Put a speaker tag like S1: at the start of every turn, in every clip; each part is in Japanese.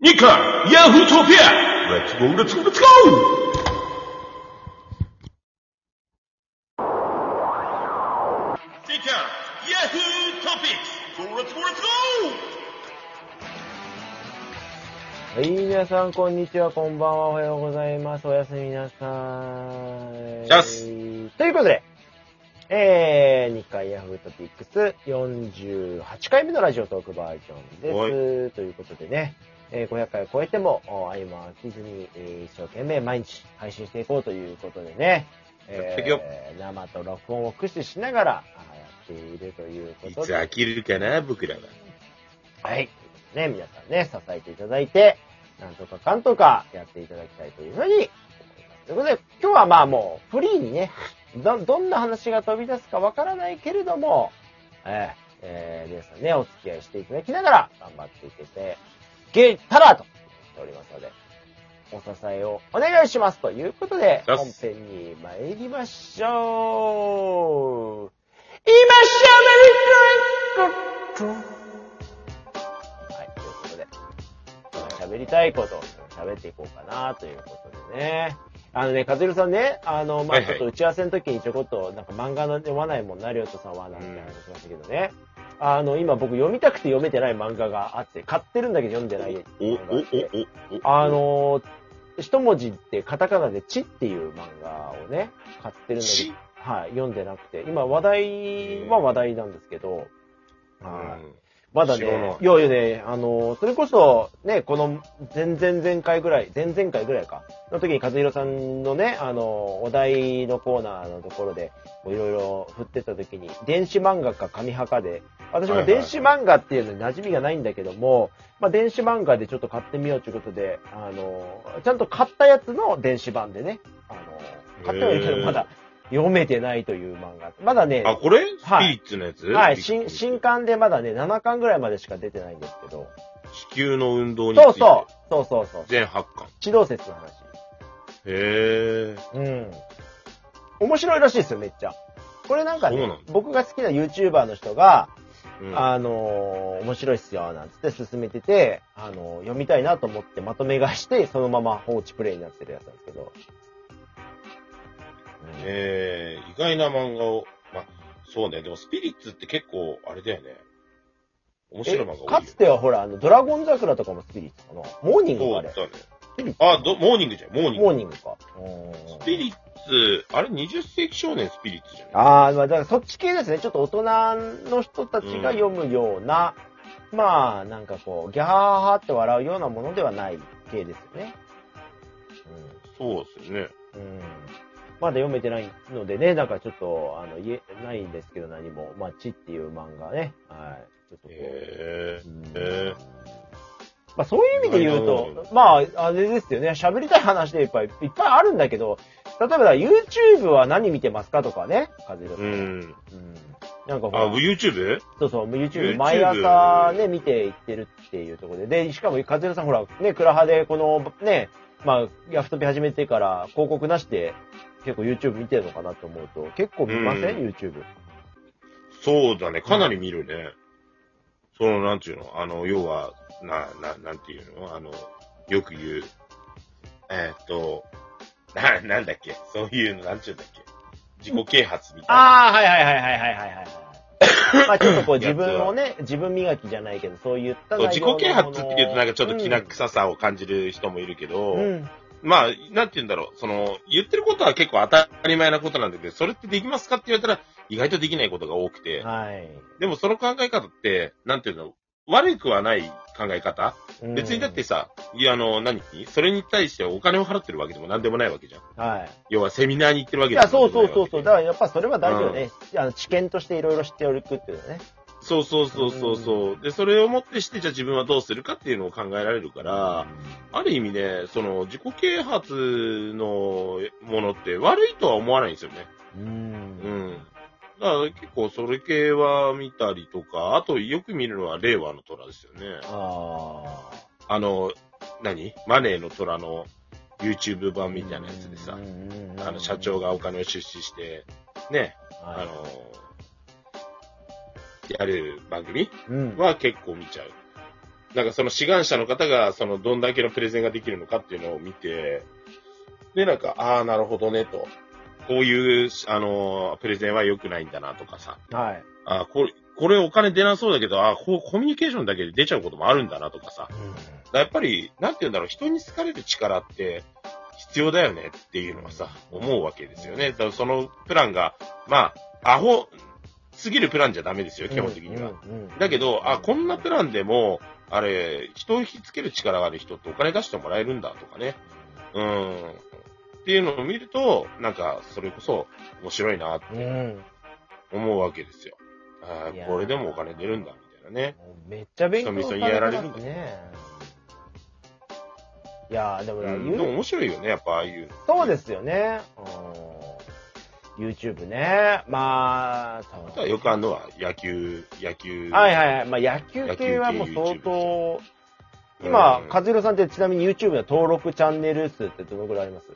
S1: ニカヤフートピア !Let's go, let's go, let's go! ニカヤフートピック !Let's go, let's go, let's go!
S2: はい、皆さん、こんにちは、こんばんは、おはようございます。おやすみなさーい。
S1: よし
S2: ということで、えー、2回ヤフートピックス48回目のラジオトークバージョン
S1: はい
S2: です。ということでね、えー500回を超えても、お合間は飽きずに、えー一生懸命毎日配信していこうということでね、
S1: やっていくよ
S2: えー生と録音を駆使しながら、あーやっているというこ
S1: い
S2: と
S1: つ
S2: で。
S1: 飽きるかな、僕らは。
S2: はい。ね、皆さんね、支えていただいて、なんとかかんとかやっていただきたいというふうに思います。ということで、今日はまあもう、フリーにね、ど、どんな話が飛び出すかわからないけれども、えーえー皆さんね、お付き合いしていただきながら、頑張っていけて、いけたらと、っておりますので、お支えをお願いしますということで、
S1: よ
S2: 本
S1: し
S2: 編に参りましょう今しゃべりたいことはい、ということで、今喋りたいことを喋っていこうかなということでね。あのね、かずるさんね、あの、ま
S1: は
S2: あ
S1: い
S2: ち
S1: は
S2: ょ
S1: い
S2: っと打ち合わせの時にちょこっと、なんか漫画の読まないもんな、りょうとさんは、なんて話しましたけどね。あの、今僕読みたくて読めてない漫画があって、買ってるんだけど読んでない
S1: お、お
S2: 漫画があって。、
S1: お、お、お。
S2: あ、のー、一文字ってカタカナでチっていう漫画をね、買ってるんだけ
S1: ち
S2: ど、はい、読んでなくて、今話題は話題なんですけど、はい。まだ
S1: 知らない
S2: ね、いよいよね、あの、それこそ、ね、この、前々前回ぐらい、前々回ぐらいか、の時に和弘さんのね、あの、お題のコーナーのところで、こういろいろ振ってた時に、電子漫画か紙派かで、私
S1: は
S2: も
S1: いはい
S2: 電子漫画っていうのに馴染みがないんだけども、まあ、電子漫画でちょっと買ってみようということで、あの、ちゃんと買ったやつの電子版でね、あの、買ってはいるけ
S1: へ
S2: ど、
S1: ー
S2: まだ読めてないという漫画。まだね、
S1: あ、これスピ
S2: はい
S1: リッツのやつ
S2: はい、新、新。刊でまだね、7巻ぐらいまでしか出てないんですけど。
S1: 地球の運動につい
S2: そう
S1: て。
S2: そう、そうそうそう。
S1: 全8巻。
S2: 地動説の話。
S1: へえ。
S2: うん。面白いらしいですよ、めっちゃ。これなんか
S1: そう
S2: ね
S1: なの、
S2: 僕が好きな YouTuber の人が、
S1: うん
S2: あのー面白いっすよ、なんつって進めてて、あのー読みたいなと思ってまとめ買いして、そのまま放置プレイになってるやつなんですけど。うん
S1: えー、意外な漫画を、まあ、そうね、でもスピリッツって結構、あれだよね。面白い漫画多いよ
S2: え、かつてはほら、あの、ドラゴン桜とかもスピリッツかなモーニング
S1: そ
S2: か
S1: う
S2: あ
S1: だ
S2: れ。
S1: ね。あ、ど、モーニングじゃん、モーニング。
S2: モーニングか。うん
S1: スピリッツ、あれ20世紀少年スピリッツじゃない
S2: ああ、まあ、だからそっち系ですね。ちょっと大人の人たちが読むような、まあ、なんかこう、ギャーハーって笑うようなものではない系ですよね。
S1: そうですね。
S2: うん。うん。まだ読めてないのでね、なんかちょっと、あの、言えないんですけど何も。まあ、ちっていう漫画ね。はい。ちょっとこう。
S1: へ
S2: うん
S1: え
S2: まあそういう意味で言うと、まあ、あれですよね。喋りたい話でいっぱいいっぱいあるんだけど、例えば YouTube は何見てますかとかね、和
S1: ー。
S2: 弘さ。
S1: うんん。
S2: うんなんかほら
S1: あ、YouTube?
S2: そうそう、もう YouTube
S1: YouTube
S2: 毎朝ね、見ていってるっていうところで。で、しかも、和弘さんほら、ね、クラハでこの、ね、まあ、ヤフトピ始めてから広告なしで、結構 YouTube 見てるのかなと思うと、結構見ません、
S1: う
S2: ?YouTube。
S1: そうだね、かなり見るね。その、なんていうのあの、要は、な、な、なんていうのあの、よく言う、えーっと、な、なんだっけそういうの、なんていうんだっけ自己啓発みたいな。
S2: ああ、はいはいはいはいはいはいはい。 まあちょっとこう自分をね、自分磨きじゃないけど、そういった
S1: そう
S2: 内
S1: 自
S2: 容の
S1: 己啓発って言うとなんかちょっと
S2: もの
S1: きな臭さを感じる人もいるけど、
S2: うんうん
S1: まあ、なんて言うんだろう、その、言ってることは結構当たり前なことなんだけど、それってできますかって言われたら、意外とできないことが多くて、
S2: はい。
S1: でもその考え方って、なんて言うんだろう、悪くはない考え方
S2: うん
S1: 別にだって、さ、いや、あの、何それに対してお金を払ってるわけでも何でもないわけじゃん。
S2: はい。
S1: 要はセミナーに行ってるわけ
S2: い
S1: でも
S2: や、
S1: 何でも
S2: そ
S1: な
S2: うそうそうそう。だ
S1: いわけで
S2: からやっぱそれは大事よね。あの知見としていろいろ知っておくっていうのはね。
S1: そうそうそうそうそう。で、それをもってして、じゃあ自分はどうするかっていうのを考えられるから、ある意味ね、その、自己啓発のものって悪いとは思わないんですよね。
S2: う。
S1: うんん。だから結構それ系は見たりとか、あとよく見るのは令和の虎ですよね。
S2: ああ。
S1: あの、何マネーの虎の YouTube 版みたいなやつでさ
S2: うん、うんうんうん
S1: あの社長がお金を出資して、ね、
S2: は
S1: あ
S2: い
S1: の、やる番組
S2: うん
S1: は結構見ちゃう。なんかその志願者の方が、そのどんだけのプレゼンができるのかっていうのを見て、で、なんか、ああ、なるほどね、と。こういう、あの、プレゼンは良くないんだな、とかさ。
S2: はい。
S1: あーこれ、これお金出なそうだけど、あーこうコミュニケーションだけで出ちゃうこともあるんだな、とかさ。やっぱり、なんて言うんだろう、人に好かれる力って必要だよねっていうのはさ、思うわけですよね。だからそのプランが、まあ、アホすぎるプランじゃダメですよ、基本的には。
S2: うん。うん
S1: だけど、あ、こんなプランでも、あれ、人を引きつける力がある人ってお金出してもらえるんだとかね。うん。っていうのを見ると、なんか、それこそ面白いなって
S2: うん。
S1: 思うわけですよ。あ
S2: いや
S1: ー
S2: ー
S1: これでもお金出るんだ、みたいなね。
S2: もうめっちゃ勉強
S1: 人見知りやられるんだ
S2: ね。いやー、でも
S1: う
S2: な、
S1: ん、
S2: ゆ
S1: でも面白いよね、やっぱああいう。
S2: そうですよね。うん YouTube ね。まあ、そう
S1: あとはよくあるのは野球、野球。
S2: はい
S1: い。
S2: はいはい。まあ、野球系はもう相
S1: 野球系 YouTube
S2: 当、今
S1: う、ん
S2: 和弘さんってちなみに YouTube の登録チャンネル数ってどのぐらいあります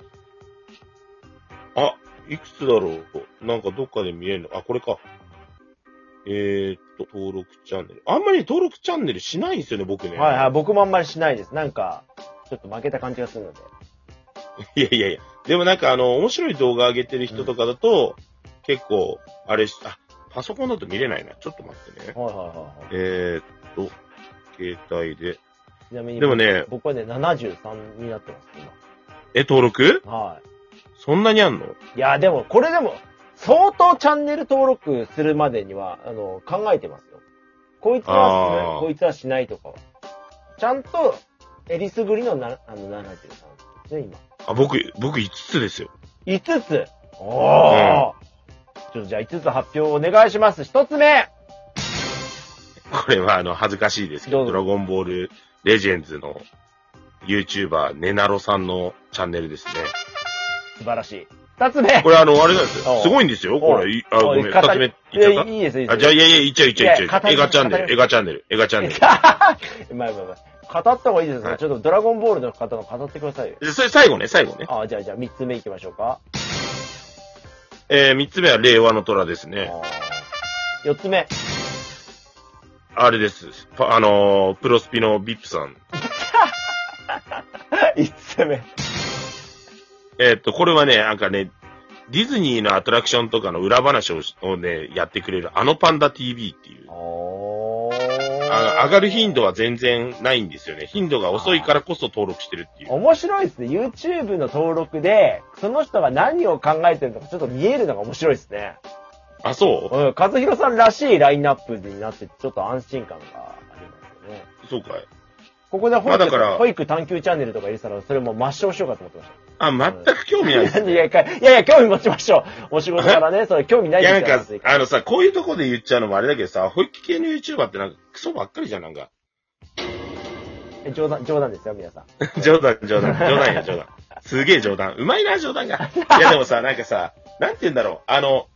S1: あ、いくつだろうなんかどっかで見れるのあ、これか。えー、っと、登録チャンネル。あんまり登録チャンネルしないんですよね、僕ね。
S2: はいはい。僕もあんまりしないです。なんか、ちょっと負けた感じがするので。
S1: いやいやいや。でもなんかあの、面白い動画上げてる人とかだと、結構、あれし、あ、パソコンだと見れないな。ちょっと待ってね。
S2: はいはいはいはい。
S1: えー、っと、携帯で。
S2: ちなみに、
S1: でもね、
S2: 僕はね、73になってます、
S1: え、登録
S2: 今。はい。
S1: そんなにあんの
S2: いや、でも、これでも、相当チャンネル登録するまでには、あの、考えてますよ。こいつはしな
S1: あー
S2: い、こいつはしないとかは。ちゃんと、えりすぐりのな、あの、7 3ですね、今。
S1: あ、僕、僕5つですよ。
S2: 5つ。おー、ちょっとじゃあ5つ発表お願いします。1つ目
S1: これはあの、恥ずかしいですけ
S2: ど
S1: ど、
S2: うぞ
S1: ドラゴンボールレジェンズの YouTuber、ネナロさんのチャンネルですね。
S2: 素晴らしい。2つ目
S1: これあの、あれなんです
S2: おう
S1: よ。すごいんですよ。これ、いあ、ごめん、
S2: おい
S1: 二
S2: 語り
S1: つ目、いっ
S2: い
S1: ちゃう
S2: や、
S1: か
S2: いいです、いいです。
S1: あ、じゃあ、いやいや、いっちゃういっちゃういっちゃう。
S2: いや
S1: 映画チャンネ
S2: 語り
S1: ル、映画チャンネル、映画チャン ネル。
S2: 今、今、今。語った方がいいですよ。
S1: はい
S2: ちょっとドラゴンボールの方の語ってくださいよ。
S1: でそれ最後ね、最後ね。
S2: あ、じゃあ、じゃあ、3つ目行きましょうか。
S1: えー、三つ目は令和の虎ですね。
S2: 4 つ目。
S1: あれです。パあのー、プロスピのビップさん。
S2: 5つ目。
S1: えーっと、これはね、なんかね、ディズニーのアトラクションとかの裏話をしをね、やってくれる、あのパンダ TV っていう。
S2: お
S1: あの上がる頻度は全然ないんですよね。頻度が遅いからこそ登録してるっていう。
S2: 面白いですね。YouTube の登録で、その人が何を考えてるのかちょっと見えるのが面白いですね。
S1: あ、そ
S2: うん、和弘さんらしいラインナップになって、ちょっと安心感がありますよね。
S1: うそうかい。
S2: ここで保
S1: まあ
S2: 育,、
S1: だから
S2: 保育探求チャンネルとか入れてたら、それもう抹消しようかと思ってまし
S1: あ、全く興味ないです
S2: た。いやいや、いやいや、興味持ちましょう。お仕事から ね、それ興味ない
S1: い
S2: で
S1: や、
S2: す
S1: なんか
S2: から、
S1: あのさ、こういうとこで言っちゃうのもあれだけどさ、保育系の YouTuber ってなんかクソばっかりじゃん、なんか。
S2: 冗談、冗談ですよ、皆さん。
S1: 冗談、冗談、冗談や、冗談。すげえ冗談。うまいな、冗談が。いや、でもさ、なんかさ、なんて言うんだろう。あの、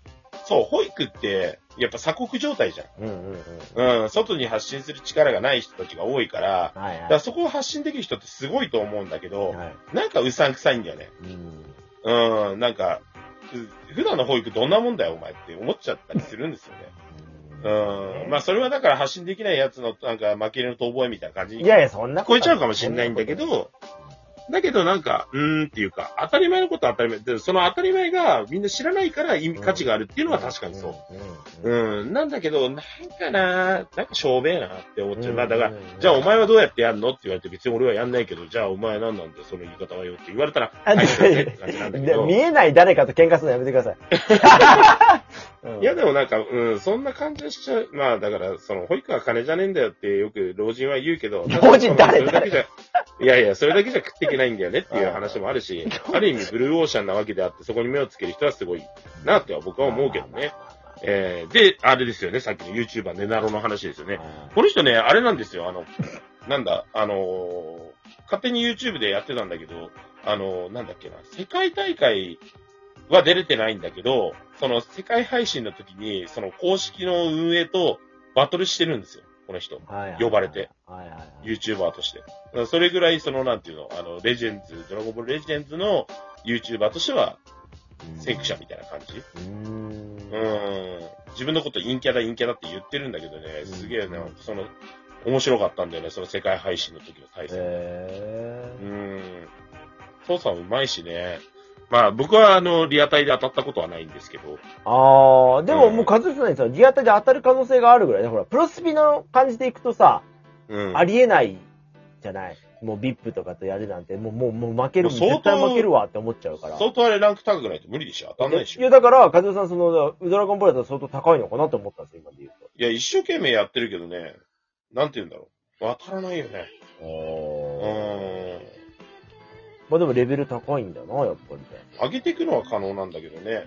S1: そう、保育って、やっぱ鎖国状態じゃん。
S2: うんうんうん。
S1: うん、外に発信する力がない人たちが多いから、
S2: はい
S1: だ
S2: は
S1: から
S2: い。
S1: そこを発信できる人ってすごいと思うんだけど、
S2: はい
S1: なんかうさんくさいんだよね。
S2: うん
S1: うん、なんか、ふ普段の保育どんなもんだよ、お前って思っちゃったりするんですよね。うん。まあ、それはだから発信できないやつの、なんか、負け犬の遠吠えみたいな感じに
S2: い
S1: 聞
S2: やいや、そんな
S1: こえ
S2: と
S1: ちゃうかもしれないんだけ
S2: そなこ
S1: ど、だけどなんか、うーんっていうか、当たり前のことは当たり前。でその当たり前がみんな知らないから意味価値があるってい
S2: と
S1: うのは確かにそう。。
S2: うん
S1: うん。なんだけど、なんかななんかしょうべえなって思っちゃう。まあだから
S2: うんうんうん、
S1: じゃあお前はどうやってやんのって言われて、別に俺はやんないけど、じゃあお前なんなんだよその言い方はよって言われたら、
S2: あ
S1: はいそうねって感じなんだけ
S2: で
S1: ど
S2: 見。えない誰かと喧嘩するのやめてください。うん
S1: いやでもなんか、うん、そんな感じはしちゃう。まあだから、その、保育は金じゃねえんだよってよく老人は言うけど、
S2: 老人誰
S1: それだけじゃ、いやいや、それだけじゃ食っていけないんだよねっていう話もある し、ある意味ブルーオーシャンなわけであって、そこに目をつける人はすごいなっては僕は思うけどね。。えー、で、あれですよね、さっきの YouTuber ネナロの話ですよね。この人ね、あれなんですよ、あの、なんだ、あのー勝手に YouTube でやってたんだけど、あのーなんだっけな、世界大会は出れてないんだけど、その世界配信の時に、その公式の運営とバトルしてるんですよ、この人。呼ばれて。
S2: はいはいはい。
S1: YouTuber として。だからそれぐらい、その、なんていうの、あの、レジェンズ、ドラゴンボールレジェンズの YouTuber としては、先駆者みたいな感じ。
S2: うーん。
S1: うん。自分のこと陰キャだ、陰キャだって言ってるんだけどね、すげえな、
S2: うん
S1: その、面白かったんだよね、その世界配信の時の対戦。
S2: へ
S1: うーん。操作うまいしね。まあ僕はあの、リアタイで当たったことはないんですけど。
S2: ー。あー、でも
S1: うん
S2: もう数えてないんですよ。リアタイで当たる可能性があるぐらいね。ほら、プロスピの感じでいくとさ、
S1: うん。
S2: ありえないじゃない。もう VIP とかとやるなんて、もう、もう、もう負ける、
S1: もう相当
S2: 絶対負けるわって思っちゃうから。
S1: 相当あれランク高くないと無理でしょ当たんないでし
S2: いや、
S1: ょ
S2: だから、カズオさん、その、ドラゴンボールだと相当高いのかなって思ったんですよ、今で言う
S1: いや、一生懸命やってるけどね、なんて言うんだろう。当たらないよね。
S2: と。
S1: う
S2: お
S1: ーん。
S2: まあでもレベル高いんだな、やっぱりね。
S1: 上げていくのは可能なんだけどね。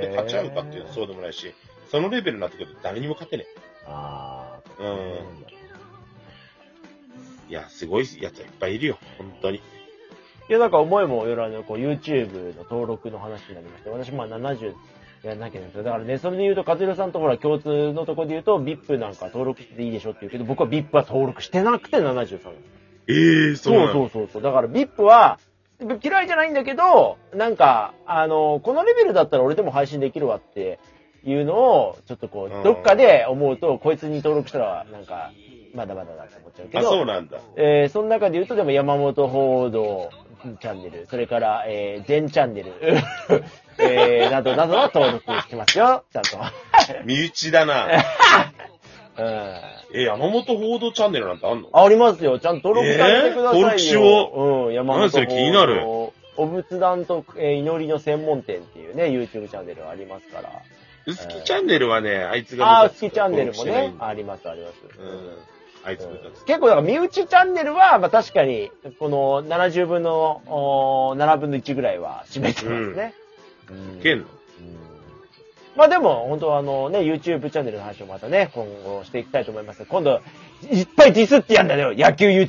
S1: そ
S2: ー
S1: こで勝ち合うかっていうのはそうでもないし、そのレベルになってくると誰にも勝てね
S2: あ
S1: え。う
S2: ー。
S1: ん。いや、すごいやつはいっぱいいるよ。本当に。
S2: いや、なんか思いもよらぬ、こう、YouTube の登録の話になりまして、私、まあ、70やんなきゃいけないんですよ。だからね、それで言うと、和弘さんとほら、共通のとこで言うと、VIP なんか登録していいでしょって言うけど、僕は VIP は登録してなくて73なんです。
S1: ええそう
S2: そ
S1: な
S2: う
S1: の
S2: そうそうそう。だから VIP は、嫌いじゃないんだけど、なんか、あの、このレベルだったら俺でも配信できるわっていうのを、ちょっとこ
S1: うん
S2: う、どっかで思うと、こいつに登録したら、なんか、まだまだだって思っちゃうけ
S1: あ、そう
S2: ど、
S1: なんだ。
S2: えー、その中で言うと、でも山本報道チャンネル、それから、えー、全チャンネル、 えー、などなどは登録してますよ、ちゃんと。
S1: 身内だな。
S2: うん。
S1: え、山本報道チャンネルなんてあんの
S2: あ、ありますよ。ちゃんと登録されてくださいよ。
S1: えー登録しよ
S2: う。ん、山本
S1: 何それ気になる
S2: お仏壇と、えー祈りの専門店っていうね、YouTube チャンネルがありますから。
S1: うすきチャンネルはね、あいつが。
S2: ああ、好きチャンネルもね、あ
S1: あ
S2: ります、あります。
S1: うん。あいつ
S2: うん
S1: が。
S2: 結構、だから、身内チャンネルは、まあ確かに、この70分の、お7分の1ぐらいは占めてますね。うん
S1: けんの
S2: まあでも、本当はあのね、YouTube チャンネルの話をまたね、今後していきたいと思います。今度、いっぱいディスってやんだよ、野球 YouTube。